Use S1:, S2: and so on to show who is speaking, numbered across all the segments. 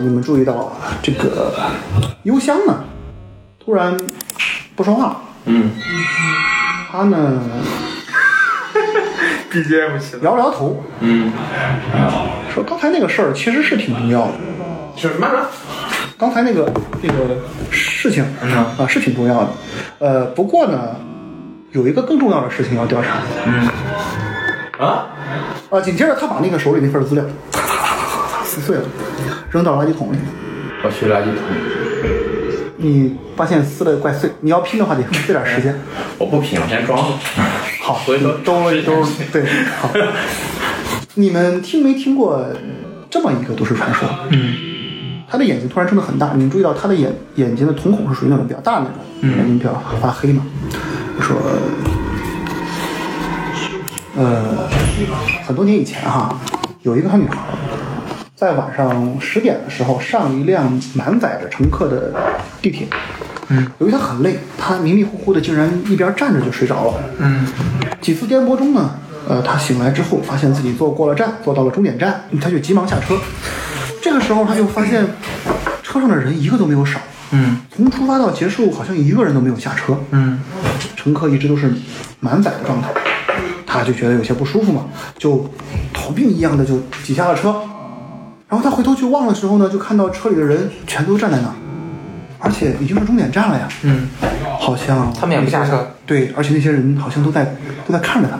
S1: 你们注意到啊这个幽香呢，突然不说话了。
S2: 嗯
S1: 他呢
S3: ，BGM 起了，
S1: 摇了摇头，
S2: 嗯，
S1: 说刚才那个事儿其实是挺重要的，
S3: 是慢慢，
S1: 刚才那个那个事情
S2: 啊
S1: 啊是挺重要的。呃，不过呢，有一个更重要的事情要调查。
S2: 啊，
S1: 啊，紧接着他把那个手里那份资料擦擦擦擦擦擦撕碎了，扔到垃圾桶里。
S2: 我去垃圾桶，
S1: 你发现撕的怪碎，你要拼的话得费点时间。
S2: 我不品，我先装着。
S1: 好，
S2: 回头
S1: 兜
S2: 试
S1: 一
S2: 一
S1: 兜
S2: 下，
S1: 对， 好。你们听没听过呃这么一个都市传说？嗯，他的眼睛突然睁得很大，你们注意到他的眼眼睛的瞳孔是属于那种比较大的那种，眼睛比较发黑嘛。我说，呃，很多年以前哈，有一个小女孩。在晚上十点的时候上一辆满载着乘客的地铁，嗯，由于她很累，她迷迷糊糊的竟然一边站着就睡着了，嗯，几次颠簸中呢，呃，她醒来之后发现自己坐过了站，坐到了终点站，她就急忙下车，这个时候她就发现车上的人一个都没有少，
S3: 嗯
S1: 从出发到结束好像一个人都没有下车，
S3: 嗯
S1: 乘客一直都是满载的状态，他就觉得有些不舒服嘛，就逃命一样的就挤下了车。然后他回头去望的时候呢，就看到车里的人全都站在那儿，而且已经是终点站了呀。
S3: 嗯，
S1: 好像
S3: 他们也不下车。
S1: 对，而且那些人好像都在都在看着他。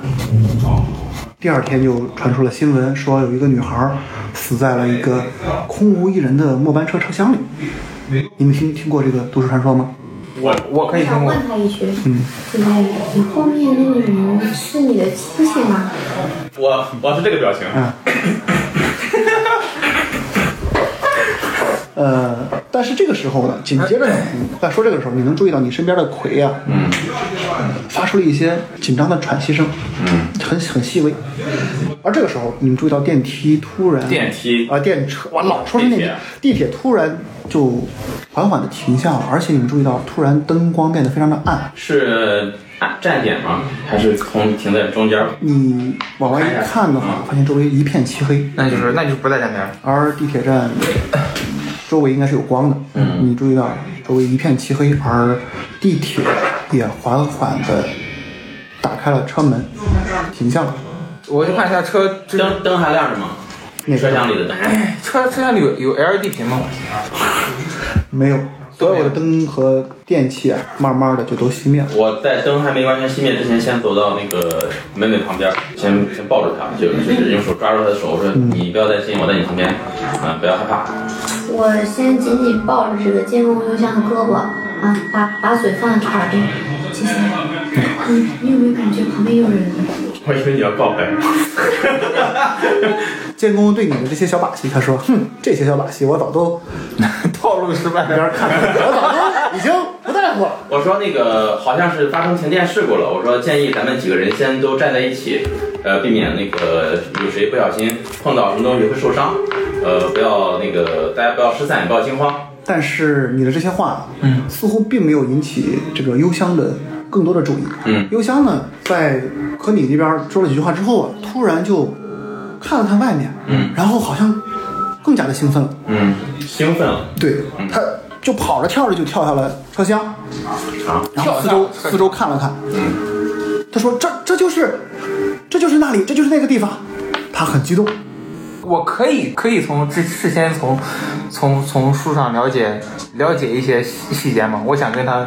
S1: 第二天就传出了新闻，说有一个女孩儿死在了一个空无一人的末班车车厢里。你们听听过这个都市传说吗？
S3: 我我可以
S4: 想
S3: 听过
S4: 问，他一句，就是你后面那个人是你的亲戚吗？
S2: 我我是这个表情，
S1: 呃，但是这个时候呢，紧接着你在说这个时候，你能注意到你身边的葵呀、
S2: 哎嗯
S1: 发出了一些紧张的喘息声，
S2: 嗯，
S1: 很很细微。而这个时候，你们注意到电梯突然
S2: 电梯
S1: 啊、电车，我老说是那
S2: 地铁
S1: 个地铁突然就缓缓的停下了，而且你们注意到突然灯光变得非常的暗，
S2: 是啊站点吗？还是从停在中间？
S1: 你往外一看的话，发现周围一片漆黑，
S3: 那就是那就是不在站边儿，
S1: 而地铁站周围应该是有光的，你注意到周围一片漆黑，而地铁也缓缓的打开了车门，停下了。
S3: 我去看一下车，就是
S2: 灯灯还亮着吗？
S1: 那个
S2: 车厢里的灯，
S3: 车车厢里有有 LED 屏吗？
S1: 没有，所有的灯和电器啊，慢慢的就都熄灭了。
S2: 我在灯还没完全熄灭之前，先走到那个美美旁边，先先抱住她，就就是用手抓住她的手，我说
S3: 嗯
S2: 你不要担心，我在你旁边，嗯，不要害怕。
S4: 我先紧紧抱着这个监控邮箱的胳膊，啊，把把嘴放在他耳边，谢谢。你你有没有感觉旁边有人？
S2: 我以为你要告白。
S1: 监工对你的这些小把戏，他说：“哼，这些小把戏我早都
S3: 套路失败
S1: 在边儿看着，我早都已经不在乎了。
S2: 我说那个好像是发生停电事故了，我说建议咱们几个人先都站在一起，呃，避免那个有谁不小心碰到什么东西会受伤，呃，不要那个大家不要失散，也不要惊慌。”
S1: 但是你的这些话，嗯，似乎并没有引起这个幽香的更多的注意。
S2: 嗯，
S1: 幽香呢，在和你那边说了几句话之后啊，突然就看了看外面，
S2: 嗯，
S1: 然后好像更加的兴奋了。
S2: 嗯，兴奋了
S1: 对，他就跑着跳着就跳下了车厢，
S2: 啊！
S1: 然后四
S3: 跳
S1: 周
S3: 下车
S1: 四周看了看，他说这这就是，这就是那里，这就是那个地方，他很激动。
S3: 我可以可以从之事先从从从书上了解了解一些细细节吗？我想跟他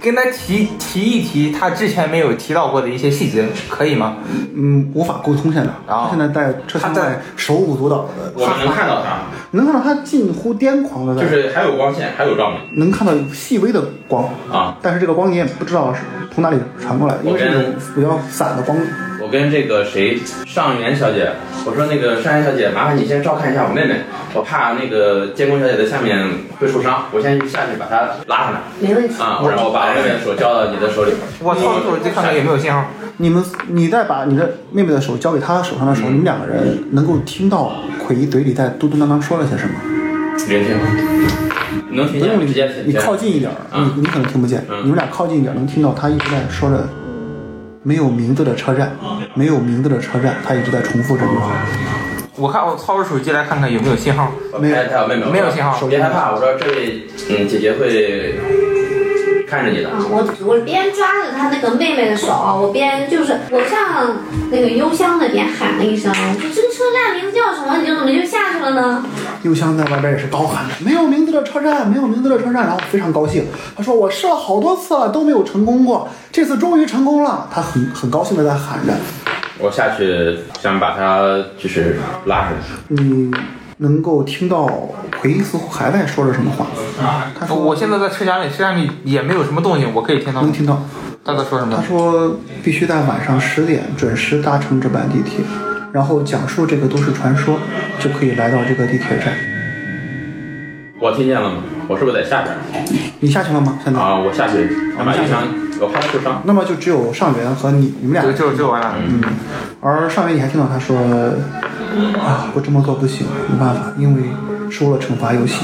S3: 跟他提提一提他之前没有提到过的一些细节，可以吗？
S1: 嗯，无法沟通现在，
S3: 啊
S1: 他现在在车厢
S3: 他
S1: 外
S3: 在
S1: 手舞足蹈的，
S2: 我们能看到他，
S1: 能看到他近乎癫狂的在，
S2: 就是还有光线，还有照明
S1: 能看到细微的光
S2: 啊。
S1: 但是这个光你也不知道是从哪里传过来的，因为是那种比较散的光。
S2: 我跟这个谁尚媛小姐，我说那个尚媛小姐，麻烦你先照看一下我妹妹，我怕那个监工小姐在下面会受伤，我先下去把她拉上来。
S4: 没问题。
S2: 啊，然后把我妹妹的手交到你的手里。
S3: 我操手机看看有没有信号。
S1: 你们，你再把你的妹妹的手交给他手上的时候，你们两个人能够听到奎姨嘴里在嘟嘟囔囔说了些什么。
S2: 聆听，你能听
S1: 不
S2: 见
S1: 用
S2: 直
S1: 理
S2: 接听
S1: 你
S2: 见
S1: 靠近一点儿，
S2: 嗯
S1: 你你可能听不见。
S2: 嗯
S1: 你们俩靠近一点儿，能听到他一直在说着没有名字的车站，没有名字的车站，他一直在重复这句话。
S3: 我看我掏出手机来看看有没有信号，
S2: 我
S1: 没有
S2: 拍拍我妹妹，
S3: 没有
S2: 我说
S3: 信号
S2: 别害怕，我说这位嗯姐姐会看着你的
S4: 啊，，我我边抓着他那个妹妹的手，啊我边就是我上那个幽香那边喊了一声，我说这个车站名字叫什么？你就怎么就下去了呢？
S1: 幽香在外边也是高喊着“没有名字的车站，没有名字的车站”，然后非常高兴。他说：“我试了好多次了，都没有成功过，这次终于成功了。”他很很高兴的在喊着。
S2: 我下去想把她就是拉上去，
S1: 你能够听到奎似乎还在说着什么话，他说：“
S3: 我现在在车厢里，车厢里也没有什么动静，我可以听到
S1: 能听到。”
S3: 他在说什
S1: 他
S3: 么。
S1: 说必须在晚上十点准时搭乘这班地铁，然后讲述这个都市传说，就可以来到这个地铁站。
S2: 我听见了吗？我是不是得下边儿？
S1: 你下去了吗？现在？
S2: 啊，我下去，我把医生，我怕他受伤。
S1: 那么就只有上元和你你们俩
S3: 就就就完了。嗯
S1: 而上面你还听到他说：“啊，我这么做不行，没办法，因为输了惩罚游戏。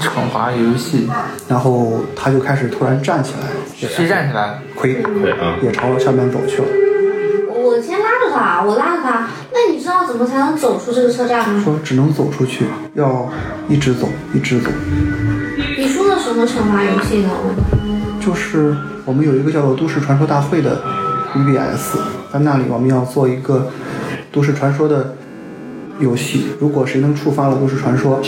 S3: 惩罚游戏，”
S1: 然后他就开始突然站起来，
S3: 谁站起来？
S1: 奎
S2: 对啊，
S1: 也朝上面走去了，
S4: 我先拉着他，我拉着他。那你知道怎么才能走出这个车站吗？
S1: 说：“只能走出去，要一直走，一直走。
S4: 你说的什么惩罚游戏呢？
S1: 就是我们有一个叫做都市传说大会的 VBS，在那里我们要做一个都市传说的游戏。如果谁能触发了都市传说，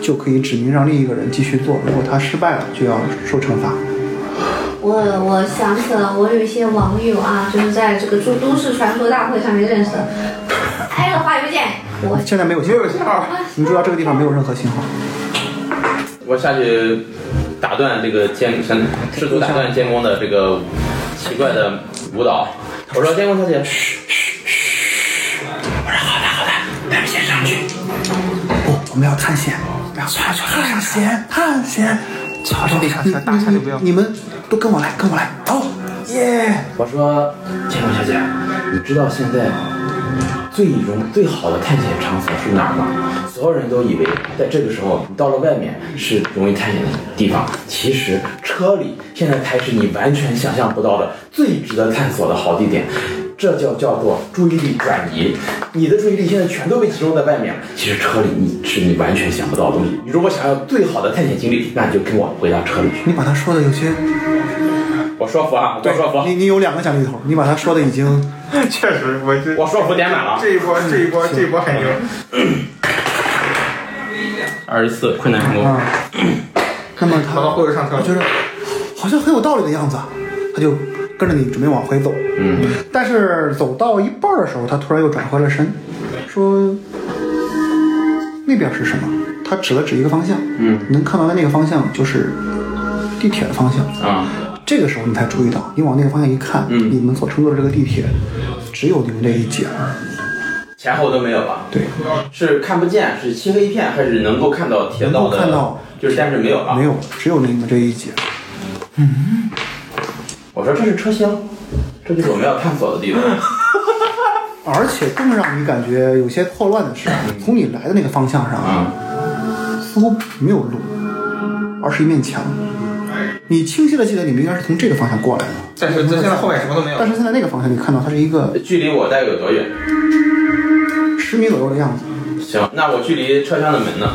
S1: 就可以指明让另一个人继续做；如果他失败了，就要受惩罚。”
S4: 我我想起了，我有一些网友啊，就是在这个都都市传说大会上面认识的。挨个话语见，我
S1: 现在没有信号，你知道这个地方没有任何信号。
S2: 我下去打断这个监，想试图打断监工的这个奇怪的舞蹈。我说监工小姐，
S1: 不，哦我们要探险，我们要下去探险，探险。
S3: 好兄弟，上车，大下就不要。
S1: 你们都跟我来，跟我来，走！耶！
S2: 我说监工小姐，你知道现在最容最好的探险场所是哪儿吗？所有人都以为在这个时候你到了外面是容易探险的地方，其实车里现在才是你完全想象不到的最值得探索的好地点。这就叫做注意力转移，你的注意力现在全都被集中在外面了。其实车里你是你完全想不到的东西。你如果想要最好的探险经历，那你就跟我回到车里去。
S1: 你把他说的有些，
S2: 我说服啊，我说服，
S1: 你你有两个奖励头，你把他说的已经
S3: 确实，我这
S2: 我说服点满了。
S3: 一波，这一波，这一波很牛。
S2: 二十四困难成功。
S1: 啊，那么他
S3: 老高或者上车
S1: 我觉得好像很有道理的样子啊，他就跟着你准备往回走。
S2: 嗯，
S1: 但是走到一半儿的时候，他突然又转回了身，说：“那边是什么？”他指了指一个方向，嗯，你能看到的那个方向就是地铁的方向。
S2: 啊，
S1: 这个时候你才注意到，你往那个方向一看，嗯，你们所乘坐的这个地铁只有你们这一节儿，
S2: 前后都没有吧？
S1: 对，
S2: 是看不见，是漆黑一片，还是能够看到铁道的？
S1: 能够看到，
S2: 就是但是没有啊。
S1: 没有，只有你们这一节。
S2: 我说这是车厢，这就是我们要探索的地方。
S1: 而且更让你感觉有些错乱的是，从你来的那个方向上，
S2: 啊，
S1: 似乎没有路，而是一面墙。你清晰的记得你们应该是从这个方向过来的，
S3: 但是这现在后面什么都没有
S1: 但。是现在那个方向你看到它是一个
S2: 距离我大概有多远？
S1: 十米左右的样子，
S2: 行，那我距离车厢的门呢？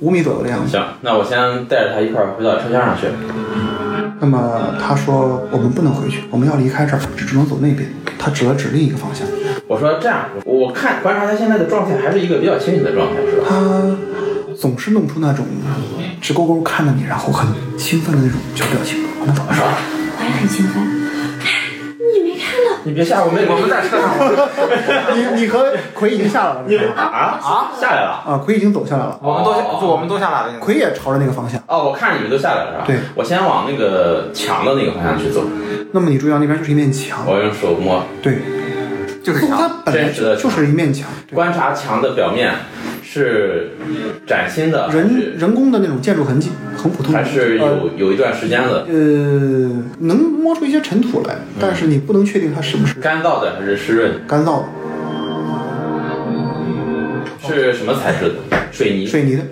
S1: 五米左右的样子。
S2: 行，那我先带着他一块儿回到车厢上去。
S1: 那么他说我们不能回去，我们要离开这儿，只能走那边。他指了指另一个方向，
S2: 我说这样，我看观察他现在的状态，还是一个比较清醒的状态，是吧？
S1: 他总是弄出那种直勾勾看着你，然后很兴奋的那种小表情。我们走吧，
S4: 我也哎很兴奋。你没看到
S2: 你别吓我妹妹，
S3: 我们在车上，
S1: 你你和奎已经下来了，是吧
S2: 啊啊下来了。
S1: 啊，奎已经走下来了，
S3: 我们都我们都下来了。
S1: 奎也朝着那个方向。
S2: 哦，我看着你们都下来了，是吧？
S1: 对，
S2: 我先往那个墙的那个方向去走，
S1: 那么你注意到那边就是一面墙，
S2: 我用手摸，
S1: 对，
S3: 就是
S1: 它
S3: 墙，
S1: 本来
S2: 真实啊的
S1: 就是一面墙，对
S2: 观察墙的表面是崭新的，
S1: 人人工的那种建筑痕迹，很普通，
S2: 还是还是
S1: 呃
S2: 有有一段时间的
S1: 呃，能摸出一些尘土来，
S2: 嗯
S1: 但是你不能确定它是不是
S2: 干燥的还是湿润，
S1: 干燥的、
S2: 嗯是什么材质的？水泥。
S1: 水泥的。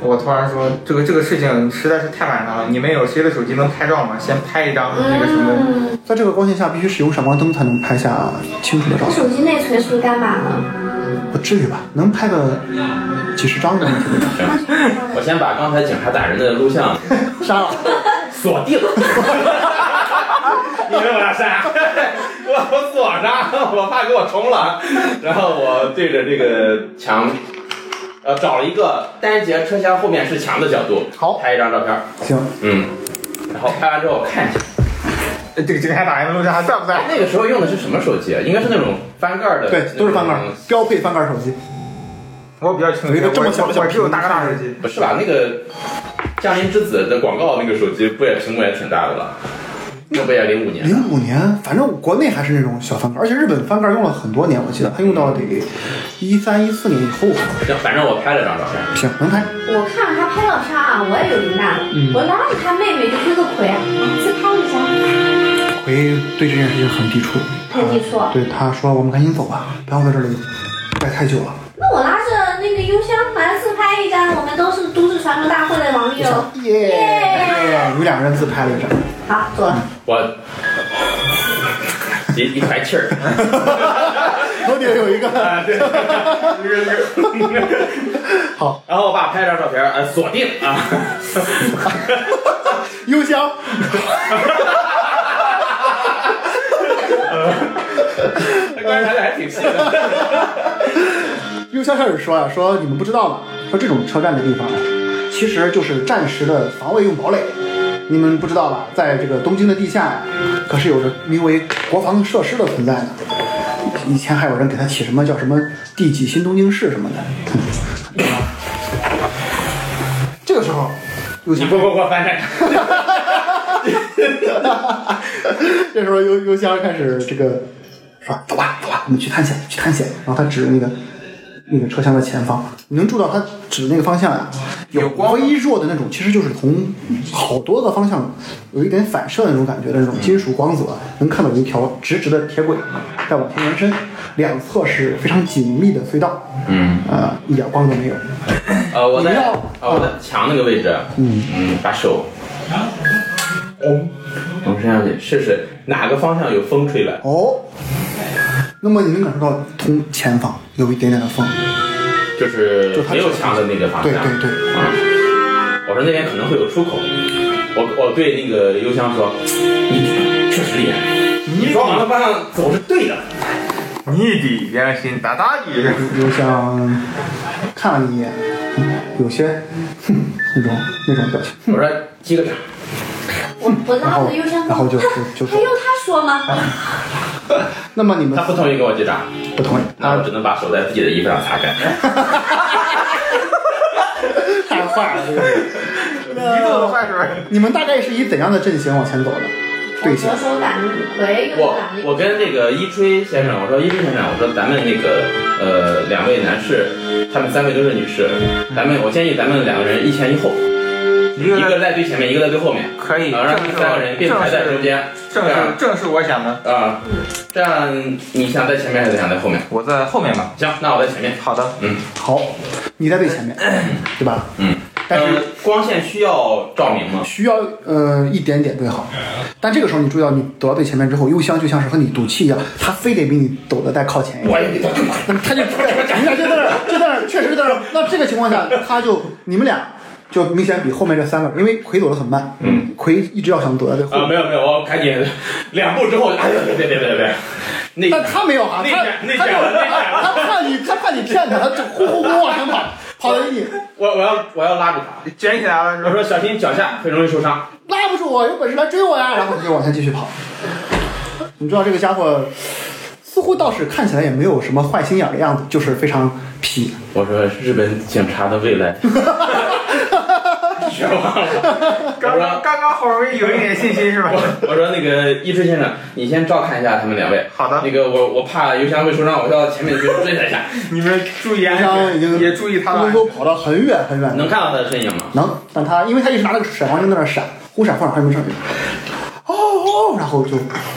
S3: 我突然说这个这个事情实在是太晚上了，你们有谁的手机能拍照吗？先拍一张那个什么。
S4: 嗯，
S1: 在这个光线下，必须使用闪光灯才能拍下清楚的照
S4: 那
S1: 片。
S4: 手机内存是不是该满了？
S1: 不至于吧？能拍个几十张的那种
S2: 我先把刚才警察打人的录像
S1: 删了。
S2: 锁定。你以为我要删？我 我锁上，我怕给我冲了。然后我对着这个墙，呃，找了一个单节车厢后面是墙的角度，
S1: 好
S2: 拍一张照片。
S1: 行，
S2: 嗯，然后拍完之后看一下，
S3: 呃这个警察打人的录像还在不在？
S2: 那个时候用的是什么手机啊？应该是那种翻盖的，
S1: 对，都是翻盖
S2: 那
S1: 儿
S2: 种，
S1: 标配翻盖儿手机。
S3: 我比较清楚，
S1: 有一个这么小
S3: 我
S1: 的小
S3: 我只有
S1: 屏幕
S3: 大哥大手机。
S2: 不是吧？那个《降临之子》的广告那个手机，不也屏幕也挺大的了？那不也零五年的？
S1: 零五年，反正国内还是那种小翻盖儿，而且日本翻盖儿用了很多年，我记得它用到了得一三一四年以后吧。
S2: 行，反正我拍了张照片。
S1: 行，能拍。
S4: 我看了他拍照片啊，我也有云南
S1: 嗯
S4: 的，我拉着他妹妹就追个葵，啊哎自拍一下，
S1: 葵对这件事情很抵触，
S4: 很抵触。
S1: 对他说：“我们赶紧走吧，不要在这里待太久了。
S4: 那我拉着那个邮箱来自拍一张，我们都是都市传说大会的网友。”
S1: 耶！你哎们两个人自拍了一 张，
S4: 好，走了。
S2: 我一一排 气儿，
S1: 头顶有一个
S2: 啊对，
S1: 好，
S2: 然后我爸拍张照片，呃，锁定啊，
S1: 邮箱。
S2: 观察的还挺细的。
S1: 因为肖开始说啊，说你们不知道吗？说这种车站的地方，啊其实就是暂时的防卫用堡垒。你们不知道吧？在这个东京的地下呀，可是有着名为国防设施的存在呢。以前还有人给它起什么叫什么第几新东京市什么的。嗯这个时候，又
S2: 你
S1: 想
S2: 不给我翻开，
S1: 这时候邮邮箱开始这个说走吧走吧，我们去探险去探险。然后他指那个那个车厢的前方，你能注意到他指那个方向呀、有光微弱的那种，其实就是从好多个方向有一点反射的那种感觉的那种金属光泽，啊能看到有一条直直的铁轨在往前延伸，两侧是非常紧密的隧道，
S2: 嗯，
S1: 呃，一点光都没有。
S2: 呃，我
S1: 你
S2: 在
S1: 要
S2: 啊，我在墙那个位置，嗯嗯，把手，我们身上去试试哪个方向有风吹来，
S1: 哦，那么你能感受到从前方有一点点的风，
S2: 就是
S1: 就它
S2: 没有墙的那个方
S1: 对
S2: 向。
S1: 对对。
S2: 啊，我说那边可能会有出口，我我对那个邮箱说，你确实厉害，你说往那方向走是对的。
S3: 你的良心大大的。
S1: 邮箱看了你一眼，有些哼那种那种表情，
S2: 我说击个掌，
S4: 我我
S1: 然
S4: 拉
S1: 后
S4: 着邮箱
S1: 然后就就就啊
S4: 还
S1: 走。
S4: 用他说吗？
S1: 那么你们
S2: 他不同意给我击掌，
S1: 不同意，
S2: 那我只能把手在自己的衣服上擦干。
S1: 太坏了，这个人
S3: 一肚子坏水。
S1: 你们大概是以怎样的阵型往前走的？队
S4: 我
S1: 形
S4: 左手挡着葵，右手
S2: 我
S4: 挡着
S2: 我跟那个一吹先生，我说一吹先生，我说咱们那个呃两位男士，他们三位都是女士，咱们我建议咱们两个人一前一后，
S3: 一
S2: 一
S3: 个
S2: 个在最前面，一个在最后面，
S3: 可以，
S2: 然后让他
S3: 正
S2: 们
S3: 是
S2: 三个人并排在中
S3: 正是
S2: 间，
S3: 正
S2: 这样
S3: 是正是我想的，
S2: 啊、这样你想在前面还是想在后面？
S3: 我在后面吧。
S2: 行，那我在前面。
S3: 好的，
S1: 好，你在最前 面，对吧？
S2: 嗯，
S1: 但是
S2: 呃、光线需要照明吗？
S1: 需要呃一点点对好，但这个时候你注意到你走到最前面之后，邮箱就像是和你赌气一样，他非得比你走的再靠前一点。
S2: 我也给他
S1: 那么他就出来，你 俩就在那儿，就在那儿，确实在那儿。那这个情况下，他就你们俩就明显比后面这三个人，因为魁走得很慢，嗯，魁一直要想躲在最后
S2: 啊，
S1: 面，
S2: 没有没有，我赶紧两步之后，哎呀，别别别别别，那
S1: 但他没有啊，
S2: 内
S1: 他
S2: 卷内
S1: 他
S2: 卷
S1: 有
S2: 内卷
S1: 他怕你，他怕你骗他，他就呼呼呼往前跑，跑到你
S2: 我我要我要拉住他，
S3: 卷起来了是
S2: 我
S3: 吧？
S2: 说小心脚下会容易受伤。
S1: 拉不住我，有本事来追我呀，然后他就往前继续跑。你知道这个家伙似乎倒是看起来也没有什么坏心眼儿的样子，就是非常痞。
S2: 我说日本警察的未来， 绝望了。我
S3: 刚刚
S2: 说
S3: 刚刚好不容易有一点信心是吧？
S2: 我我说那个一春先生，你先照看一下他们两位。
S3: 好的
S2: 那个我我怕邮箱会受伤，我要到前面去追他一 下。
S3: 你们注意安
S1: 刚已经
S3: 全，也注意他
S1: 咕噜
S3: 了。
S1: 咕噜跑到很远很远，
S2: 能看到他的身影吗？
S1: 能，但他因为他一直拿那个闪光灯在那闪，忽闪忽闪，他就没声音。哦哦，然后就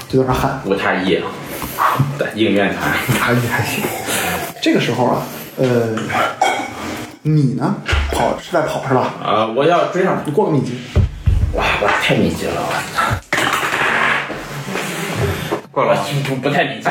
S1: 就在那喊，
S2: 吴太一，在应援团。
S1: 还厉害。这个时候啊，呃，你呢，跑是在跑是吧？
S2: 啊，我要追上
S1: 你过个敏捷，
S2: 他！哇哇，太敏捷了！我
S3: 过了吧。
S2: 不不不太敏 捷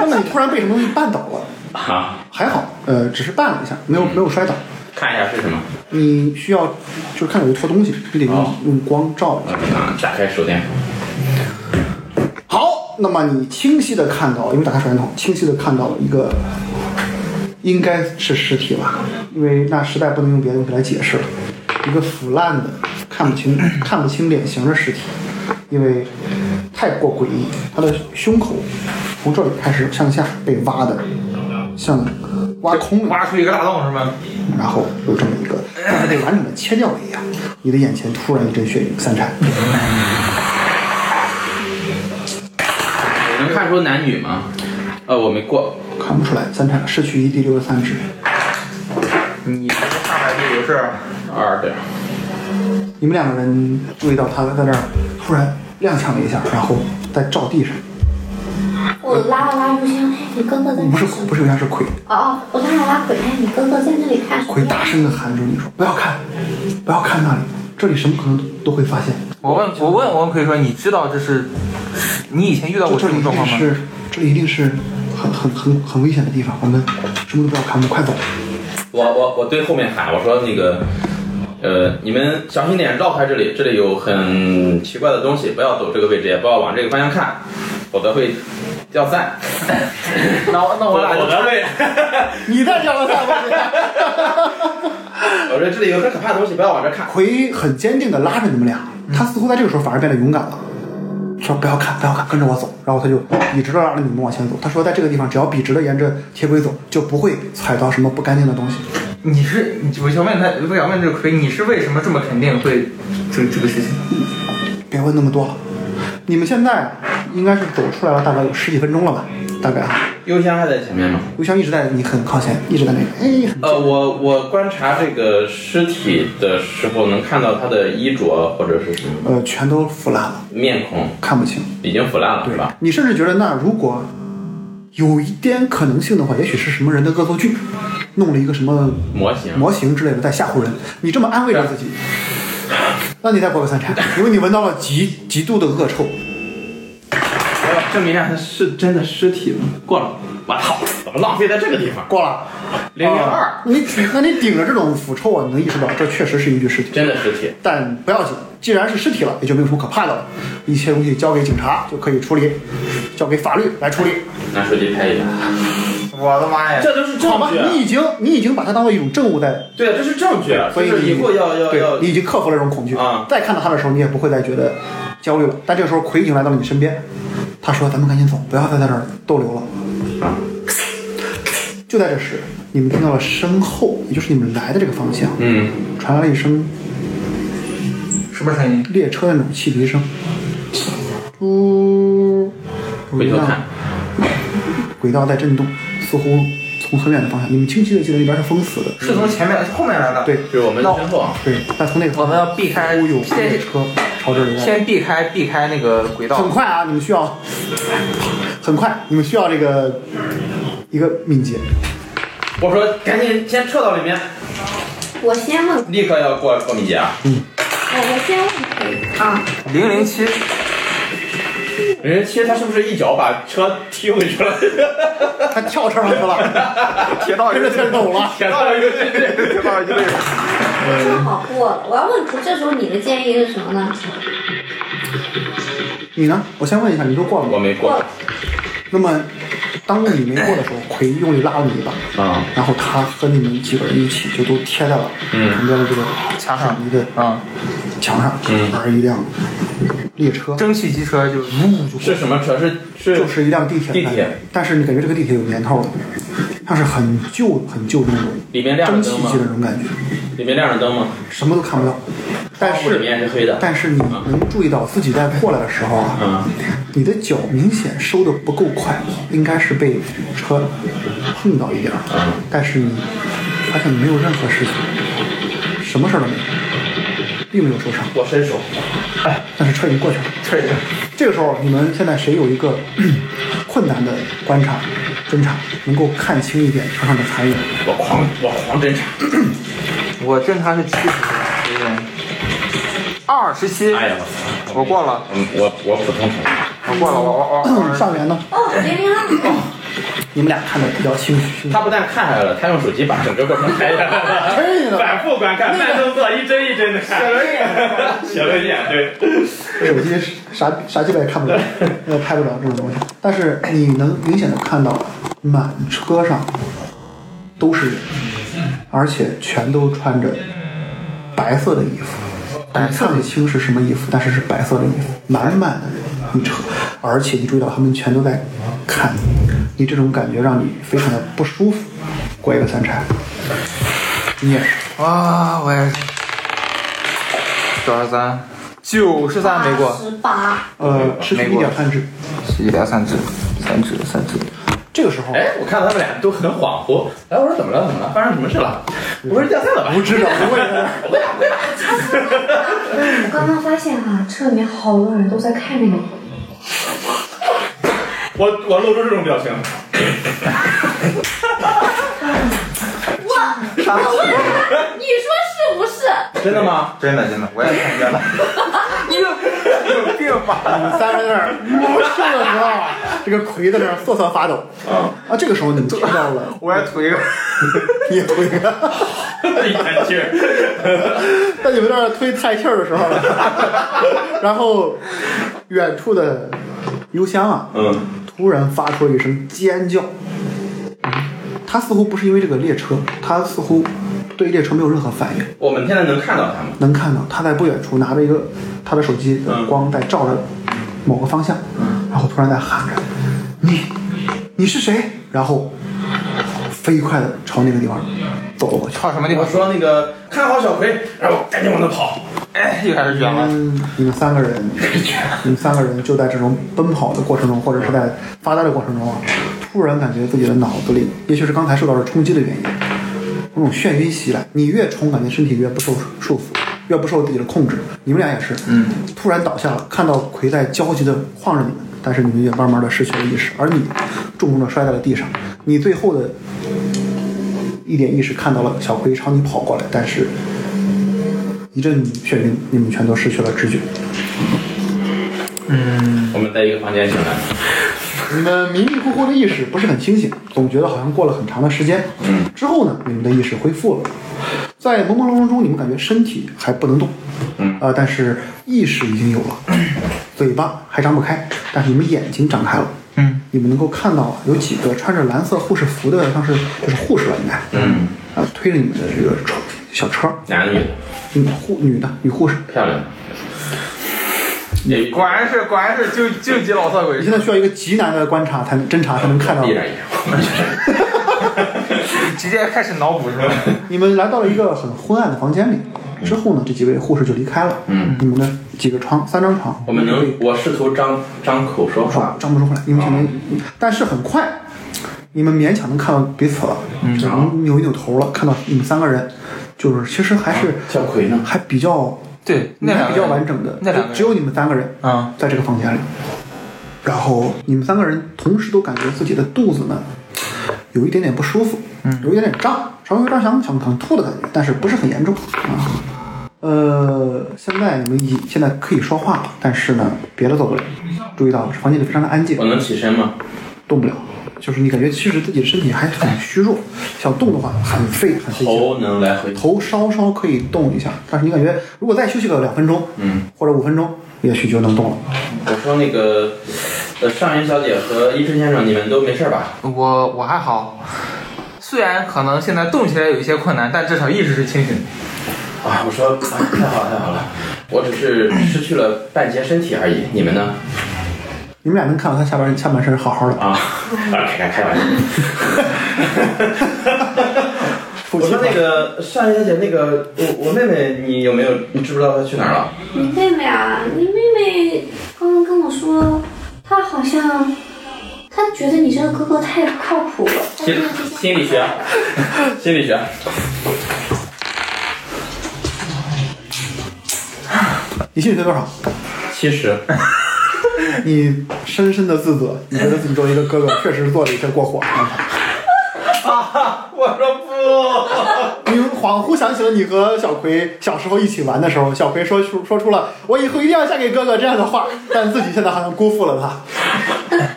S1: 那么你突然被什么东西绊倒了，
S2: 啊！
S1: 还好，呃，只是绊了一下，没有没有摔倒。
S2: 看一下是什么？
S1: 你需要就是看有一坨东西，你得
S2: 哦
S1: 用用光照一下。
S2: 啊，打开手电筒。
S1: 好，那么你清晰的看到，因为打开手电筒，清晰的看到了一个，应该是尸体吧，因为那实在不能用别的东西来解释了，一个腐烂的、看不清、看不清脸型的尸体，因为太过诡异，他的胸口从这里开始向下被挖的，像挖空了，
S3: 挖出一个大洞是吧？
S1: 然后有这么一个像被完整的切掉了一样，你的眼前突然一阵血雨三颤。
S2: 我能看出男女吗？呃，我没过。
S1: 看不出来，三产失去一第六十三指，
S3: 你大白就有事儿。
S2: 二点。
S1: 你们两个人注意到他在那儿突然踉跄了一下，然后在照地上，
S4: 我拉了拉不行，哎，你哥哥在
S1: 不是
S4: 看什么
S1: 不？是有像是鬼
S4: 哦哦，我拉了拉鬼，哎，你哥哥在那里看什么？
S1: 鬼大声的喊住你说不要看，不要看那里，这里什么可能都会发现，
S3: 我问，我问，我问奎说，你知道这是你以前遇到
S1: 这
S3: 过
S1: 这
S3: 这
S1: 里
S3: 种
S1: 一
S3: 状
S1: 定
S3: 况吗？
S1: 是这里一定是很很很很危险的地方，我们什么都不要看，我们快走。
S2: 我我我对后面喊我说那个，呃，你们小心点，绕开这里，这里有很奇怪的东西，不要走这个位置，也不要往这个方向看，否则会掉散。
S3: 那我那我俩就
S2: 的位，
S1: 你在叫我干嘛？
S2: 我说这里有很可怕的东西，不要往这看。
S1: 奎很坚定的拉着你们俩，他似乎在这个时候反而变得勇敢了，说不要看，不要看，跟着我走。然后他就笔直的拉着你们往前走。他说在这个地方，只要笔直的沿着铁轨走，就不会踩到什么不干净的东西。
S3: 你是，你我想问他，我想问这个奎，你是为什么这么肯定会这这个事情？
S1: 别问那么多了，你们现在应该是走出来了，大概有十几分钟了吧？大概啊，
S2: 幽香还在前面吗？
S1: 邮箱一直在你很靠前，一直在那边，哎，很
S2: 呃，我我观察这个尸体的时候，能看到他的衣着或者是什么
S1: 呃，全都腐烂了，
S2: 面孔
S1: 看不清。
S2: 已经腐烂了，
S1: 对
S2: 是吧？
S1: 你甚至觉得，那如果有一点可能性的话，也许是什么人的恶作剧，弄了一个什么
S2: 模型。
S1: 模型之类的在吓唬人。你这么安慰着自己，那你再过个三产，因为你闻到了极极度的恶臭。
S2: 证明一下，它是真的尸体吗？过了，我操，怎么浪费在这个地方？
S1: 过了
S2: 零零二，
S1: 啊你那你顶着这种腐臭啊，你能意识到这确实是一具尸体。
S2: 真的尸体。
S1: 但不要紧，既然是尸体了，也就没有什么可怕的了。一切东西交给警察就可以处理，交给法律来处理，
S2: 拿手机拍一下，
S3: 我的妈呀！
S2: 这都是
S1: 好
S2: 证
S1: 吧
S2: 据。？啊
S1: 你已经你已经把它当做一种证物在，
S2: 对，这是证据，啊
S1: 所以
S2: 就是
S1: 你
S2: 以后要要
S1: 对
S2: 要
S1: 你已经克服了这种恐惧
S2: 啊
S1: 再看到他的时候，你也不会再觉得焦虑了。但这个时候，奎已经来到了你身边，他说：“咱们赶紧走，不要再在这儿逗留了。”
S2: 啊，
S1: 就在这时，你们听到了身后，也就是你们来的这个方向，
S2: 嗯，
S1: 传来了一声
S3: 什么声音？
S1: 列车的那种汽笛声。
S3: 嗯
S1: 嘟，
S2: 回头看，
S1: 轨道在震动，似乎从很远的方向，你们清晰的记得那边是封死的。
S3: 是从前面后面来的。
S1: 对
S2: 就是我们
S3: 那
S2: 身后，啊
S1: 对，但从那个
S3: 我
S1: 方
S3: 们
S1: 向
S3: 要避开
S1: 忽悠
S3: 先
S1: 列车朝这里来。
S3: 先避开避开那个
S1: 很
S3: 轨道。
S1: 快啊，你们需要，很快，你们需要这个一个敏捷。
S2: 我说赶紧先撤到里面，
S4: 我先问，我
S2: 立刻要过过敏捷啊！
S4: 我先问啊，
S3: 零零七，
S2: 人家其实他是不是一脚把车踢回去 了？
S1: 他跳车上去了，
S3: 铁道
S1: 跟着他走 了。
S2: 铁道游击队，
S3: 铁道游击队。
S4: 正好过了。我要问图，这时候你的建议是什么呢？
S1: 你呢？我先问一下，你都过了
S2: 我
S1: 吗？
S2: 没
S4: 过
S2: 过
S4: 了，
S1: 那么，当你没过的时候，奎用力拉了你一把，
S2: 啊，
S1: 然后他和你们几个人一起就都贴在了
S2: 嗯
S1: 旁边的这个
S3: 墙上
S1: 一个
S3: 啊，
S1: 墙上，
S2: 嗯
S1: 而一辆列车
S3: 蒸汽机车就
S2: 是什么车？是是
S1: 就是一辆地铁，
S2: 地铁，
S1: 但是你感觉这个地铁有年头了，像是很旧很旧的那种
S2: 里面亮
S1: 蒸
S2: 着
S1: 汽
S2: 灯
S1: 机的
S2: 吗？
S1: 那种感觉，
S2: 里面亮着灯吗？
S1: 什么都看不到，但
S2: 窗户里
S1: 是
S2: 面是黑的。
S1: 但是你能注意到自己在过来的时候啊，
S2: 嗯，
S1: 你的脚明显收的不够快，应该是被车碰到一点儿，
S2: 嗯
S1: 但是你发现没有任何事情，什么事儿都没有，并没有受伤，
S2: 我伸手，
S1: 但是车已经过去了。
S3: 车已经
S1: 这个时候，你们现在谁有一个 困难的观察、侦查，能够看清一点车上的残影？
S2: 我狂我狂侦查，
S3: 我正常是七十有点二十七，
S2: 哎呀，
S3: 我过了，
S2: 嗯，我我普通成
S3: 我过了，我我我
S1: 上元呢？
S4: 哦，零零二，
S1: 你们俩看的比较清楚。
S2: 他不但看下来了，他用手机把整个过程拍下来了，
S1: 真的
S2: 反复观看，慢动作一帧一帧的看，写轮 眼，写轮眼，对。
S1: 手机是啥啥鸡巴也看不了，呃，拍不了这种东西。但是你能明显的看到，满车上都是人，而且全都穿着白色的衣服，你看不清是什么衣服，但是是白色的衣服，满满的人。你车，而且你注意到他们全都在看你，你这种感觉让你非常的不舒服。过一个三拆，你也是。
S3: 我啊，我也是九二三，九十三没过，
S4: 十八，
S1: 呃，失去一点半只。
S3: 一点三只，三只三只，
S1: 这个时候，
S2: 哎，我看他们俩都很恍惚，哎，我说怎么了？怎么了？发生什么事了？我说掉菜了吧？
S1: 知道为什么。
S4: 我刚刚发现啊，车里面好多人都在看那个。
S2: 我我露出这种表情，
S4: 哇，我问他，你说是不是？
S2: 真的吗？
S3: 真的真的，我也看见了，你有有病吧？
S1: 三人在那儿谋生的时候，啊这个葵在那儿瑟瑟发抖。啊，这个时候你们听到 了，
S3: 我也吐一个，
S1: 你也推了。
S2: 一看气儿，
S1: 在你们在那儿推菜气儿的时候，啊 然后远处的幽香啊，
S2: 嗯，
S1: 突然发出了一声尖叫。他似乎不是因为这个列车，他似乎对列车没有任何反应。
S2: 我们现在能看到他吗？
S1: 能看到他在不远处拿着一个他的手机的光在照着某个方向，然后突然在喊着：“你，你是谁？”然后飞快的朝那个地方走了过去。
S3: 靠什么地
S2: 我
S3: 方？
S2: 说那个看好小葵，然后赶紧往那跑。
S3: 哎，又开始卷了。
S1: 嗯，你们三个人，你们三个人就在这种奔跑的过程中，或者是在发呆的过程中啊，突然感觉自己的脑子里，也许是刚才受到了冲击的原因，那种眩晕袭来，你越冲，感觉身体越不受束缚，越不受自己的控制。你们俩也是，嗯，突然倒下了，看到葵在焦急的晃着你们，但是你们也慢慢的失去了意识，而你重重的摔在了地上。你最后的一点意识看到了小葵朝你跑过来，但是一阵眩晕，你们全都失去了知觉。
S2: 我们在一个房间醒来，
S1: 你们迷迷糊糊的意识不是很清醒，总觉得好像过了很长的时间。嗯，之后呢，你们的意识恢复了，在朦朦胧胧中，你们感觉身体还不能动，嗯，呃，但是意识已经有了， 嘴巴还张不开，但是你们眼睛张开了。嗯，你们能够看到啊，有几个穿着蓝色护士服的，像是就是护士吧，应该，嗯，啊，推着你们的这个车小车，
S2: 男的女的，
S1: 嗯，护女的女护士，
S2: 漂亮的。也
S3: 果然是果然是就就几老色
S1: 你
S3: 鬼
S1: 现，在需要一个极难的观察才能侦查才能看到
S2: 必然也
S3: 直接开始脑补是吧？
S1: 你们来到了一个很昏暗的房间里，之后呢，这几位护士就离开了。嗯，你们的几个床，三张床，
S2: 我们能，我试图张张口说话
S1: 啊，，张不出来，你们可能，但是很快，你们勉强能看到彼此了，只能扭一扭头了，看到你们三个人，就是其实还是
S2: 小葵呢？
S1: 还比较
S3: 对，那
S1: 还
S3: 两
S1: 比
S3: 个
S1: 较
S3: 人
S1: 完整的，
S3: 那两个
S1: 就只有你们三个人
S3: 嗯
S1: 在这个房间里，然后你们三个人同时都感觉自己的肚子呢有一点点不舒服，嗯，有一点点胀，稍微有点想想想吐的感觉，但是不是很严重啊。呃，现在你们已现在可以说话了，但是呢，别的走不了。注意到房间里非常的安静
S2: 我，能起身吗？
S1: 动不了，就是你感觉其实自己的身体还很虚弱，想动的话很费很费劲。
S2: 头能来回
S1: 头稍稍可以动一下，但是你感觉如果再休息个两分钟，嗯，或者五分钟，也许就能动了。
S2: 我说那个，呃，上云小姐和医生先生，你们都没事吧？
S3: 我我还好，虽然可能现在动起来有一些困难，但至少意识是清醒的。
S2: 啊，我说，啊，太好了，太好了，我只是失去了半截身体而已。你们呢？
S1: 你们俩能看到他下半下半身好好的，
S2: 啊，开开开玩 笑。我说那个上云小姐，那个我我妹妹，你有没有？你知不知道她去哪儿了？
S4: 你妹妹啊，你妹妹刚刚跟我说，她好像，她觉得你这个哥哥太不靠谱了。她
S2: 心
S4: 就
S2: 心理学，心理学。
S1: 你心理学多少？
S2: 其 实，
S1: 你深深的自责，你觉得自己作为一个哥哥，确实做了一些过火。
S2: 我说不，
S1: 你恍惚想起了你和小葵小时候一起玩的时候，小葵说出说出了“我以后一定要嫁给哥哥”这样的话，但自己现在好像辜负了他。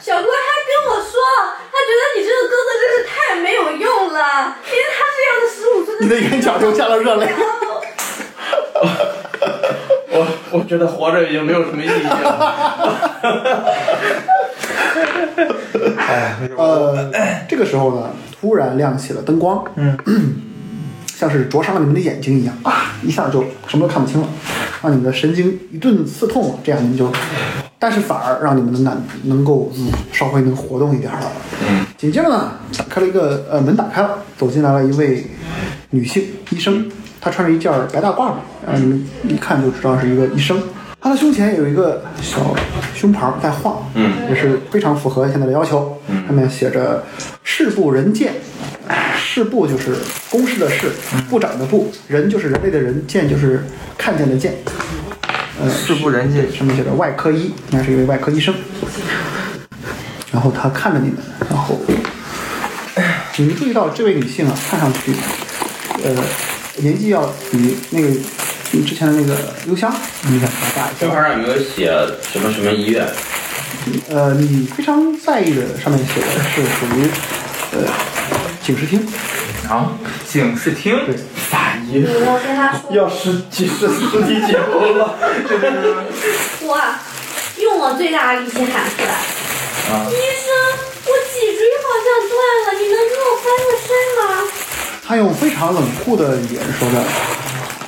S5: 小郭还跟我说，他觉得你这个哥哥真是太没有用了，连他这样的十五岁
S1: 你的眼角流下了热泪。
S2: 我 我觉得活着已经没有什么意义了。
S1: 呃，这个时候呢，突然亮起了灯光，嗯， 像是灼伤了你们的眼睛一样啊，一下就什么都看不清了，让你们的神经一顿刺痛啊，这样你们就，但是反而让你们的脑能够嗯稍微能活动一点了。嗯，紧接着呢，打开了一个呃门打开了，走进来了一位女性医生，她穿着一件白大褂嘛，然后你们一看就知道是一个医生。她的胸前有一个小胸牌在晃，嗯，也是非常符合现在的要求。上面写着“事部人见”，事部就是公事的事，部长的部，人就是人类的人，见就是看见的见。呃，
S3: 事不人见，
S1: 上面写着外科医，应该是一位外科医生。然后他看着你们，然后你们注意到这位女性啊，看上去，呃，年纪要比那个比之前的那个幽香明显要大一些。
S2: 胸牌上有没有写什么什么医院？
S1: 呃，你非常在意的上面写的是属于呃警视厅，
S3: 啊，警视厅，
S1: 对
S2: 法医
S4: 你要跟他说，
S2: 要是几十尸体解剖了，
S4: 我用我最大的力气喊出来，
S3: 啊
S4: 医生，我脊椎好像断了，你能给我翻个身吗？
S1: 他用非常冷酷的语言说的：“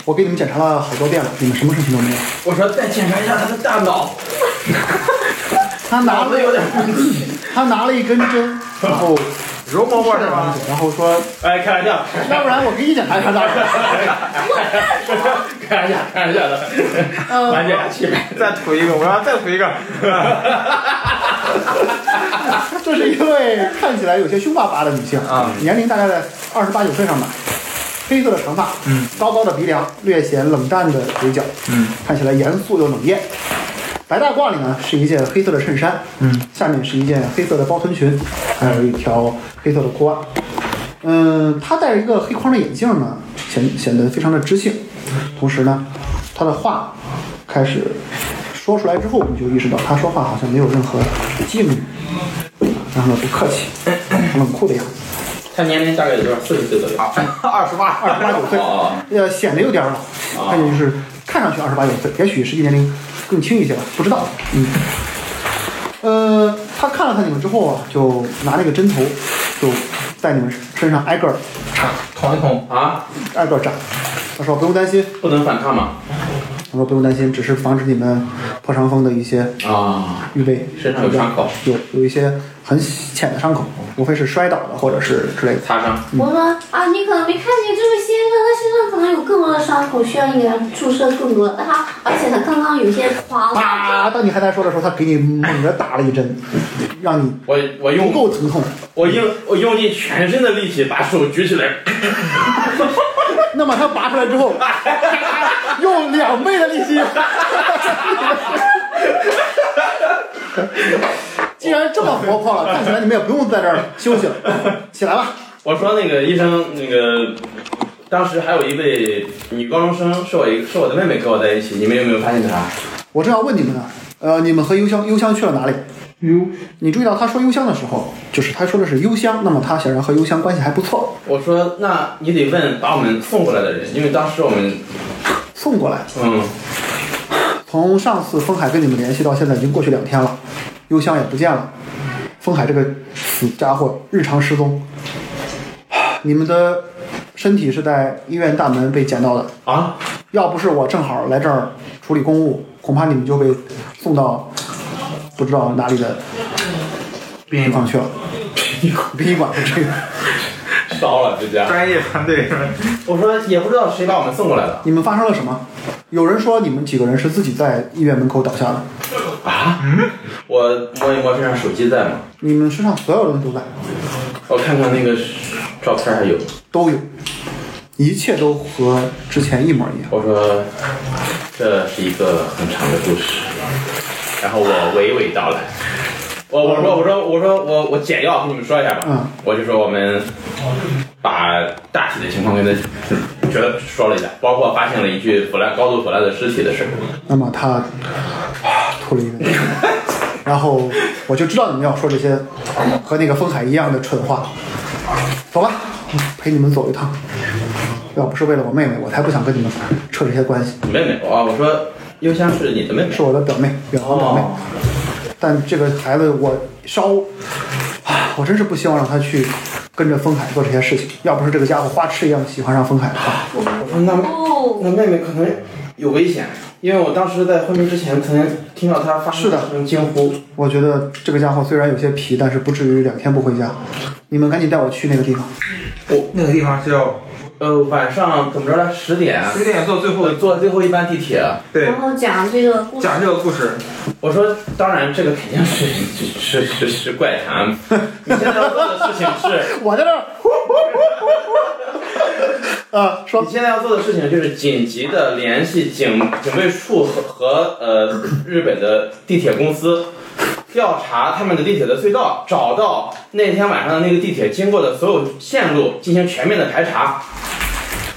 S1: 我给你们检查了好多遍了，你们什么事情都没有。
S2: 我说再检查一下他的大脑，”
S1: 他拿
S2: 脑
S1: 了
S2: 子有点问题。
S1: 他拿了一根针，然 后
S3: 柔毛味儿
S1: 然
S3: 吗
S1: 后？然后说
S2: 哎，开玩笑，：“
S1: 要不然我给你检查一下大脑。
S2: 开玩笑，开玩笑的，完全下去。
S3: 再吐一个，我要再吐一个。
S1: 这是一位看起来有些凶巴巴的女性，
S3: 啊
S1: 年龄大概在二十八九岁上吧，黑色的长发，嗯，高高的鼻梁，略显冷淡的嘴角，
S3: 嗯，
S1: 看起来严肃又冷艳。白大褂里呢是一件黑色的衬衫，嗯，下面是一件黑色的包臀裙，还有一条黑色的裤袜。嗯，她戴着一个黑框的眼镜呢，显显得非常的知性。同时呢，她的话开始说出来之后，你就意识到她说话好像没有任何敬语，然后呢不客 气，很冷酷的样子。
S2: 他年龄大概有多少？四十岁左右。
S3: 二十八，
S1: 二十八九岁，
S2: 哦
S1: 呃，显得有点老，看见就是看上去二十八九岁，也许实际年龄更轻一些吧，不知道。嗯，呃，他看了看你们之后啊，就拿那个针头，就在你们身上挨个儿
S3: 捅一捅，
S2: 啊，
S1: 挨个儿扎。他说不用担心，
S2: 不能反抗吗？
S1: 他说不用担心，只是防止你们破伤风的一些
S2: 啊，
S1: 预备。
S2: 身上有伤口，
S1: 有有一些很浅的伤口，无非是摔倒的或者是之类的。
S2: 擦伤。
S3: 嗯
S4: 我说啊，你可能没看见这位先生，他身上可能有更多的伤口，需要你给他注射更多的他，而且他刚刚有些狂暴
S1: 啪！当你还在说的时候，他给你猛地打了一针，让你
S2: 我我
S1: 不
S2: 用
S1: 够疼痛。
S2: 我用我用尽全身的力气把手举起 来，
S1: 那么他拔出来之后，用两倍的力气，既然这么活泼了，看起来你们也不用在这儿休息了，起来吧。
S2: 我说那个医生，那个当时还有一位女高中生是我一是我的妹妹跟我在一起，你们有没有发现她？
S1: 我正要问你们呢，呃，你们和幽香幽香去了哪里？
S3: 哟，
S1: 你注意到他说幽香的时候，就是他说的是幽香，那么他显然和幽香关系还不错。
S2: 我说那你得问把我们送过来的人，因为当时我们
S1: 送过来，
S2: 嗯
S1: 从上次风海跟你们联系到现在已经过去两天了，幽香也不见了，风海这个死家伙日常失踪，你们的身体是在医院大门被捡到的，
S2: 啊
S1: 要不是我正好来这儿处理公务，恐怕你们就被送到不知道哪里的
S3: 殡
S1: 地
S3: 仪
S1: 方
S3: 馆
S1: 去了。 殡仪馆是这个，
S2: 烧了这家。
S3: 专业团队，
S2: 我说也不知道谁把我们送过来的
S1: 你们发生了什么？有人说你们几个人是自己在医院门口倒下的，
S2: 啊。我摸一摸身上手机在吗？
S1: 你们身上所有人都在，
S2: 我看看那个照片还有。
S1: 都有，一切都和之前一模一样。
S2: 我说这是一个很长的故事，然后我娓娓道来。我我说我说我说我我简要跟你们说一下吧，
S1: 嗯
S2: 我就说我们把大体的情况跟他觉得说了一下，包括发现了一具腐烂高度腐烂的尸体的事。
S1: 那么他啊吐了一个，然后我就知道你们要说这些和那个风海一样的蠢话。走吧，我陪你们走一趟。要不是为了我妹妹，我才不想跟你们扯这些关系。
S2: 妹妹，我我说幽香是你的妹妹
S1: 是，我的表妹，远房表妹。
S2: 哦
S1: 但这个孩子，我稍，啊，我真是不希望让他去跟着风海做这些事情。要不是这个家伙花痴一样喜欢上风海的话，
S2: 我说那
S4: 哦，
S2: 那妹妹可能有危险，因为我当时在昏迷之前曾经听到她发
S1: 是的
S2: 声惊呼。
S1: 我觉得这个家伙虽然有些皮，但是不至于两天不回家。你们赶紧带我去那个地方。
S3: 那个地方是要
S2: 呃，晚上怎么着来？十点，
S3: 十点坐最后
S2: 我坐最后一班地铁。
S3: 对
S4: 然后讲这个故事，
S3: 讲这个故事，
S2: 我说，当然这个肯定是是是是怪谈。你现在要做的事情是，
S1: 我在这儿， 啊，说
S2: 你现在要做的事情就是紧急的联系警警卫处和和呃日本的地铁公司。调查他们的地铁的隧道，找到那天晚上的那个地铁经过的所有线路，进行全面的排查。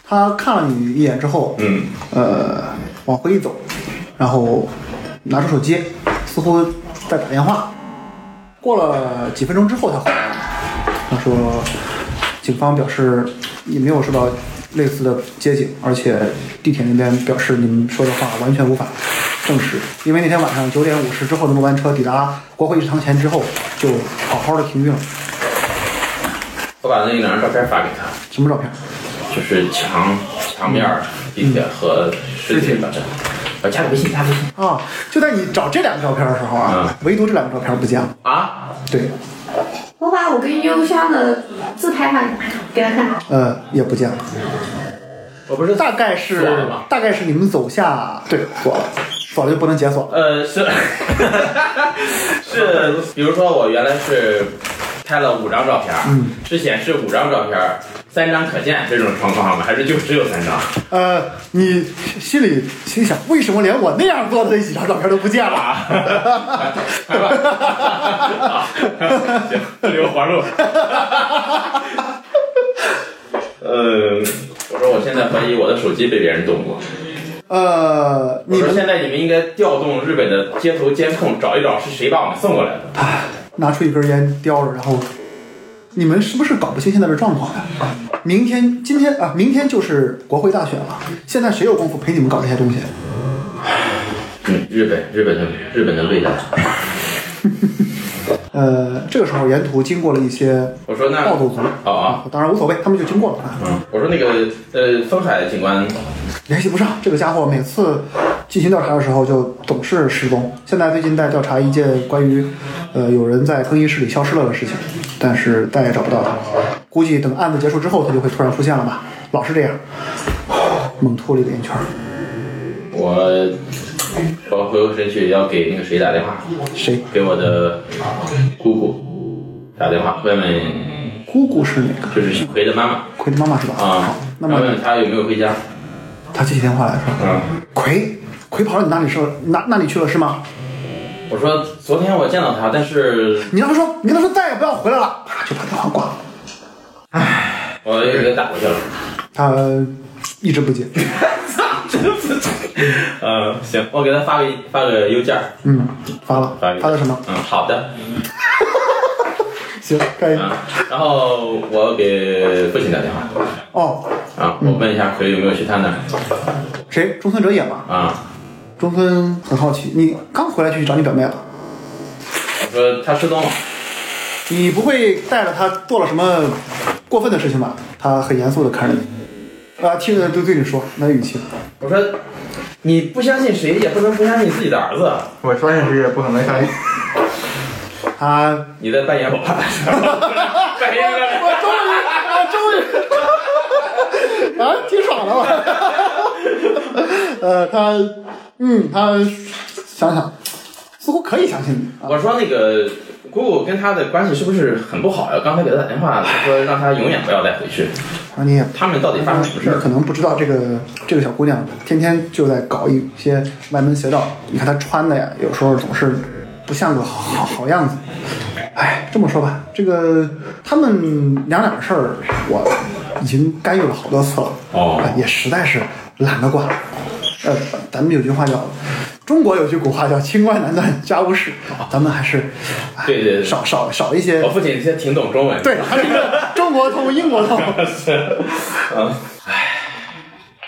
S1: 他看了你一眼之后，
S2: 嗯，
S1: 呃，往回一走，然后拿出手机，似乎在打电话。过了几分钟之后，他回来了，他说，警方表示也没有收到类似的接警，而且地铁那边表示你们说的话完全无法证实，因为那天晚上九点五十之后的末班车抵达国会议事堂前之后，就好好的停运了。
S2: 我把那两张照片发给他。
S1: 什么照片？
S2: 就是墙墙面儿、地铁呃和尸体反正。我加个微信，加个微信
S1: 啊，就在你找这两个照片的时候啊，唯独这两个照片不见了。
S2: 啊！
S1: 对，
S4: 我把我跟幽香的自拍发给他看，
S1: 呃，也不见了。
S2: 我不是
S1: 大概是
S2: 锁了吗
S1: 大概是你们走下对锁了，锁了就不能解锁了。
S2: 呃是 是，比如说我原来是拍了五张照片，嗯，是显示五张照片，三张可见这种状况吗？还是就只有三张？
S1: 呃，你心里心想，为什么连我那样做的那几张照片都不见了？
S2: 啊，拍吧，啊行，留活 路。嗯，我说我现在怀疑我的手机被别人动过。
S1: 呃，
S2: 我
S1: 你
S2: 说
S1: 们
S2: 现在你们应该调动日本的街头监控，找一找是谁把我们送过来的。
S1: 拿出一根烟叼着，然后你们是不是搞不清现在的状况呀、明天、今天啊，明天就是国会大选了，现在谁有功夫陪你们搞这些东西？
S2: 嗯，日本，日本的日本的瑞达。
S1: 呃，这个时候沿途经过了一些
S2: 我说那
S1: 暴走族
S2: 哦啊，
S1: 当然无所谓，他们就经过了啊。
S2: 嗯，我说那个呃，丰海警官，
S1: 联系不上。这个家伙每次进行调查的时候就总是失踪。现在最近在调查一件关于，呃，有人在更衣室里消失了的事情，但是再也找不到他。估计等案子结束之后，他就会突然出现了吧？老是这样，猛吐了一个烟圈。
S2: 我我回过身去要给那个谁打电话，
S1: 谁？
S2: 给我的姑姑打电话，问问
S1: 姑姑是哪个？
S2: 就是葵的妈妈
S1: 葵的妈妈是吧？好
S2: 啊，，
S1: 那
S2: 然后
S1: 么
S2: 问问她有没有回家。
S1: 他接起电话来说
S2: 嗯，：“
S1: 葵，葵跑到你那里去了，那那里去了是吗？”
S2: 我说昨天我见到她，但是
S1: 你让他说，你跟他说再也不要回来了，啪就把电话挂了。
S2: 我又给她打过去了。
S1: 他一直不接。
S2: 嗯，行，我给她发个发个邮件儿。
S1: 嗯，发了
S2: 发，
S1: 发的什么？
S2: 嗯，好的。
S1: 行，可以。
S2: 嗯，然后我给父亲打电话，
S1: 哦，
S2: 啊，我问一下奎有没有去他那儿
S1: 谁？中村哲也吗？
S2: 啊？
S1: 中村很好奇，你刚回来就去找你表妹了，
S2: 我说他失踪了，
S1: 你不会带着她做了什么过分的事情吧？她很严肃的看着你，啊，听着对对你说，那语气，
S2: 我说你不相信谁，也不能不相信你自己的儿子，啊
S3: 我相信谁也不可能相信。
S1: 她
S2: 你在扮演我爸 爸是吧？扮演
S1: 我终于，我终于，啊，挺爽的吧？呃，他，嗯，他想想，似乎可以相信你啊。
S2: 我说那个姑姑跟他的关系是不是很不好呀？刚才给他打电话，他说让他永远不要再回去。
S1: 啊，你也
S2: 他们到底发生什么事
S1: 你
S2: 儿？
S1: 可能不知道这个这个小姑娘天天就在搞一些歪门邪道。你看她穿的呀，有时候总是不像个好好样子。哎，这么说吧，这个他们娘俩的事儿，我已经干预了好多次了，
S2: 哦
S1: 哎也实在是懒得管。呃，咱们有句话叫，中国有句古话叫“清官难断家务事”，咱们还是，哎
S2: 哦对对对哦
S1: 少少少一些
S2: 我，父亲现在挺懂中文。
S1: 对，还是中国通英国通。
S2: 是，嗯，唉，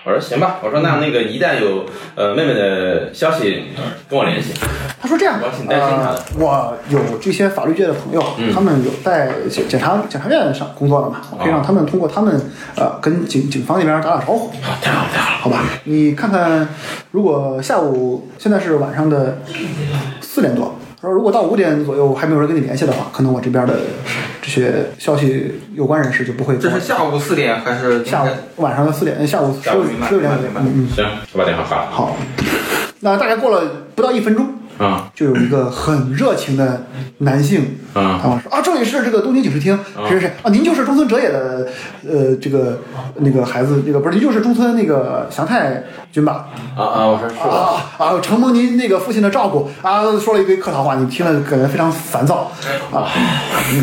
S2: 我说行吧，我说那那个一旦有呃妹妹的消息跟我联系。
S1: 他说这样，
S2: 我挺担心他的
S1: 呃我有这些法律界的朋友，
S2: 嗯
S1: 他们有在检检察检察院上工作的嘛，我可以让他们通过他们呃跟警警方那边打打招呼，
S2: 好，太好了，太好了。
S1: 好吧？你看看，如果下午现在是晚上的四点多，他说如果到五点左右还没有人跟你联系的话，可能我这边的这些消息有关人士就不会
S3: 这
S1: 跟我。
S3: 是下午四点还是
S1: 下午晚上的四点，下午十
S3: 下午
S1: 六
S3: 明白
S1: 十六点左右
S3: 明。白
S1: 嗯嗯，
S2: 行，我把电话挂了。
S1: 好。那大概过了不到一分钟，
S2: 啊
S1: 就有一个很热情的男性
S2: 啊
S1: 他们说啊，这里是这个东京警视厅，
S2: 嗯
S1: 谁谁谁啊，您就是中村哲也的呃这个那个孩子，这个不是您就是中村那个祥太君吧？
S2: 啊啊！我说是我。
S1: 啊啊，承蒙您那个父亲的照顾啊，说了一堆客套话，你听了感觉非常烦躁
S2: 哎
S1: 啊。 嗯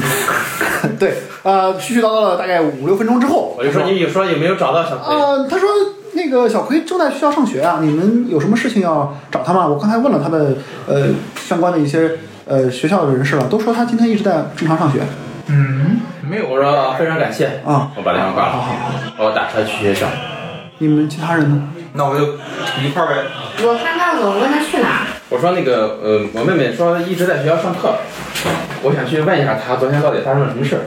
S1: 对，啊，絮絮叨叨了大概五六分钟之后，
S2: 我就哦说你有说有没有找到小葵？
S1: 啊，他说那个小葵正在学校上学啊，你们有什么事情要找他吗？我刚才问了他的呃相关的一些呃学校的人士了，都说他今天一直在正常上学。
S3: 嗯，没有，
S2: 我说非常感谢
S1: 啊
S2: 我把电话挂
S1: 好好
S2: 了，我打车去学校。
S1: 你们其他人呢？
S3: 那我就一块儿呗。
S4: 我翻到我问他去哪儿，
S2: 我说那个呃，我妹妹说一直在学校上课，我想去问一下她昨天到底发生了什么事儿。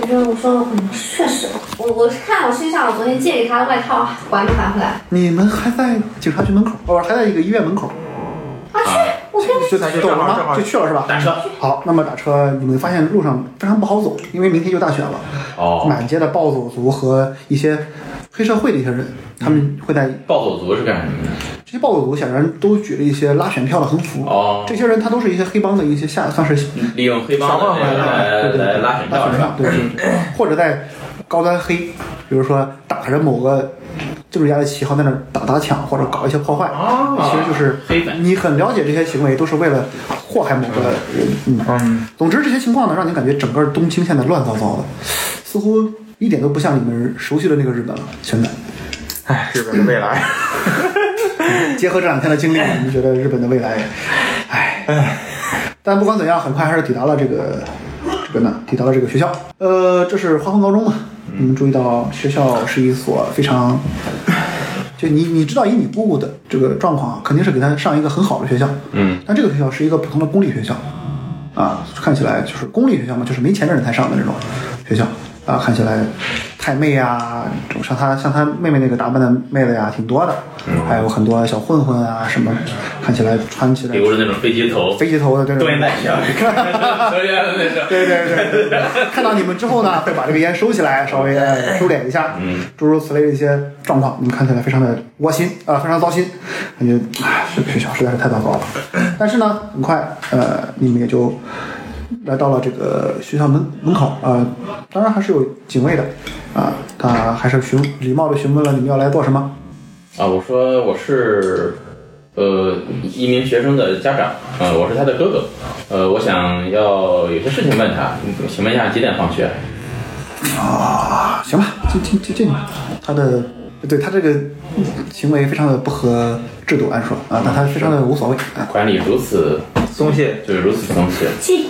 S4: 我说我说嗯，确实，我我是看我身上我昨天借给他的外套还没还回来，
S1: 你们还在警察局门口，哦，还在一个医院门口，
S4: 啊去，我跟
S1: 就
S3: 那就
S1: 走
S3: 正
S1: 了
S3: 好
S1: 吗
S3: 正好
S1: 就去了是吧？嗯
S2: 打车。
S1: 好，那么打车，你们发现路上非常不好走，因为明天就大选了，
S2: 哦，
S1: 满街的暴走族和一些黑社会的一些人，他们会在
S2: 暴走族是干什么的？
S1: 这些暴走族显然都举了一些拉选票的横幅。
S2: 哦
S1: 这些人他都是一些黑帮的一些下算是
S2: 利用黑帮的
S3: 小
S2: 这
S3: 混
S2: 个
S3: 混
S2: 来
S1: 对对
S2: 来
S1: 对
S2: 拉选票是吧？嗯
S1: 对对对，或者在高端黑，比如说打着某个政治家的旗号在那儿打砸抢或者搞一些破坏，
S2: 哦
S1: 其实就是
S2: 黑粉
S1: 你很了解这些行为都是为了祸害某个人。嗯，
S3: 嗯，
S1: 总之这些情况呢，让你感觉整个东京现在乱糟糟的，似乎一点都不像你们熟悉的那个日本了。现在。
S3: 哎，日本的未 来，
S1: 结合这两天的经历，你觉得日本的未来，唉，但不管怎样，很快还是抵达了这个这个呢，抵达了这个学校。呃，这是花红高中嘛？你们注意到学校是一所非常，就你你知道以你姑姑的这个状况啊，肯定是给她上一个很好的学校。
S2: 嗯，
S1: 但这个学校是一个普通的公立学校，啊，看起来就是公立学校嘛，就是没钱的人才上的那种学校啊，看起来太妹啊，这种像她像她妹妹那个打扮的妹子呀，挺多的，还有很多小混混啊什么，看起来穿起来
S2: 留着那种飞机头，
S1: 飞机头的这种。
S2: 香，抽烟的那种。
S1: 对对对对对，看到你们之后呢，会把这个烟收起来，稍微哎收敛一下，
S2: 嗯，
S1: 诸如此类的一些状况，你们看起来非常的窝心啊、非常糟心，感觉哎，这个学校实在是太糟糕了。但是呢，很快呃，你们也就来到了这个学校门门口啊、呃当然还是有警卫的啊、他还是询礼貌的询问了你们要来做什么。
S2: 啊，我说我是呃一名学生的家长，呃，我是他的哥哥，呃，我想要有些事情问他，请问一下几点放学？
S1: 啊，行吧，进进进进，他的对他这个行为非常的不合制度，按说啊，但他非常的无所谓啊。
S2: 管理如此，
S3: 松懈。
S2: 就是如此松懈。
S4: 进，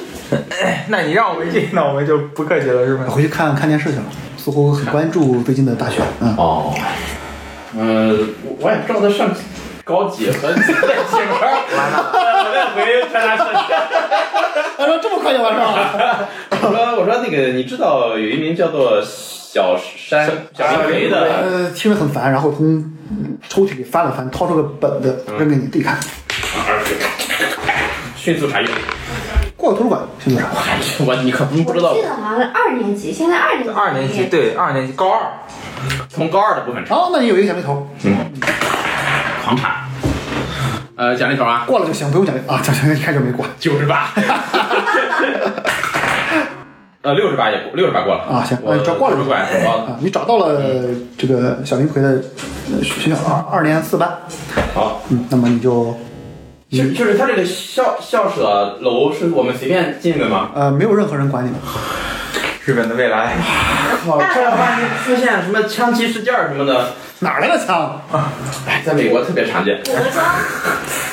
S3: 哎那你让我们 进，那我们就不客气了，是吧？
S1: 回去看看电视去了，似乎很关注最近的大选。嗯，
S2: 哦，嗯，我我也不知道他上高几和几在几门儿，我再回川大社。
S1: 他说哎这么快就完事儿了，
S2: 我说我说那个，你知道有一名叫做小山小啊林培的
S1: 呃，听着很烦，然后从抽屉里翻了翻，掏出个本子扔给你弟看，
S2: 迅速查阅，
S1: 过了图书馆去做啥？
S2: 哎我你可不知道
S4: 我记，得好像是二年级，现在二年级，
S3: 二年级，对，二年级高二，
S2: 从高二的部分查，
S1: 哦，那你有一个奖励头，
S2: 狂查。呃，奖励条啊，
S1: 过了就行，不用奖励啊，奖励一看就没过
S2: 九十八。呃，六十八也过，六十八过了
S1: 啊。行，
S2: 我
S1: 那只要过了就
S2: 不
S1: 行
S2: 管什么，
S1: 啊。你找到了这个小林奎的呃学校二二年四班，
S2: 好，
S1: 嗯，那么你就
S2: 就就是他这个校校舍楼是我们随便进的吗？
S1: 呃，没有任何人管你们。
S3: 日本的未来，
S1: 哦
S2: 靠，这要万一出现什么枪击事件什么的，
S1: 哪来的枪？
S2: 哎，在美国特别常见。
S4: 补个妆，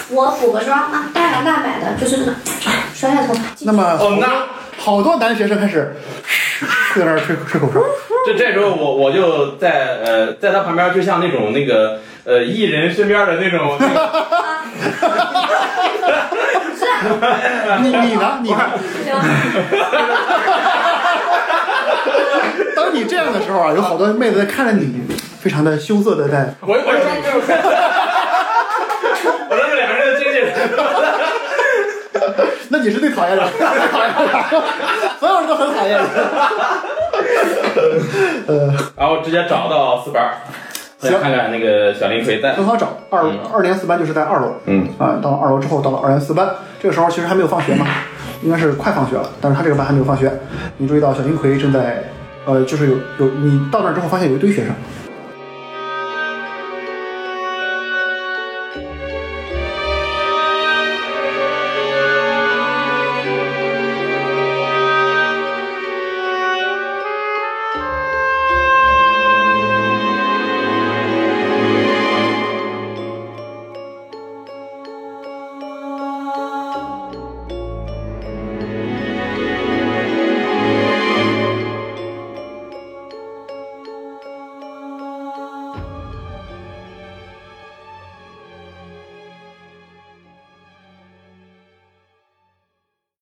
S4: 我补个妆啊，大摇大摆的，就是那哎种甩甩头发。
S1: 那 么
S2: 哦，那
S1: 好多男学生开始 在那儿吹吹口 哨。
S2: 这这时候我我就在呃在他旁边，就像那种那个呃艺人身边的那种，那个
S1: 你你呢？你呢？当你这样的时候啊，有好多妹子在看着你，非常的羞涩的在。
S2: 我我说这种， 我说这两个人的经济，
S1: 那你是最讨厌的， 所有人都很讨厌你。
S2: 然后直接找到四班儿，我想看看那个小林奎在
S1: 很好找，二二年四班就是在二楼。
S2: 嗯
S1: 啊，到了二楼之后，到了二年四班，这个时候其实还没有放学嘛，应该是快放学了，但是他这个班还没有放学。你注意到小金奎正在，呃，就是有有你到那儿之后发现有一堆学生，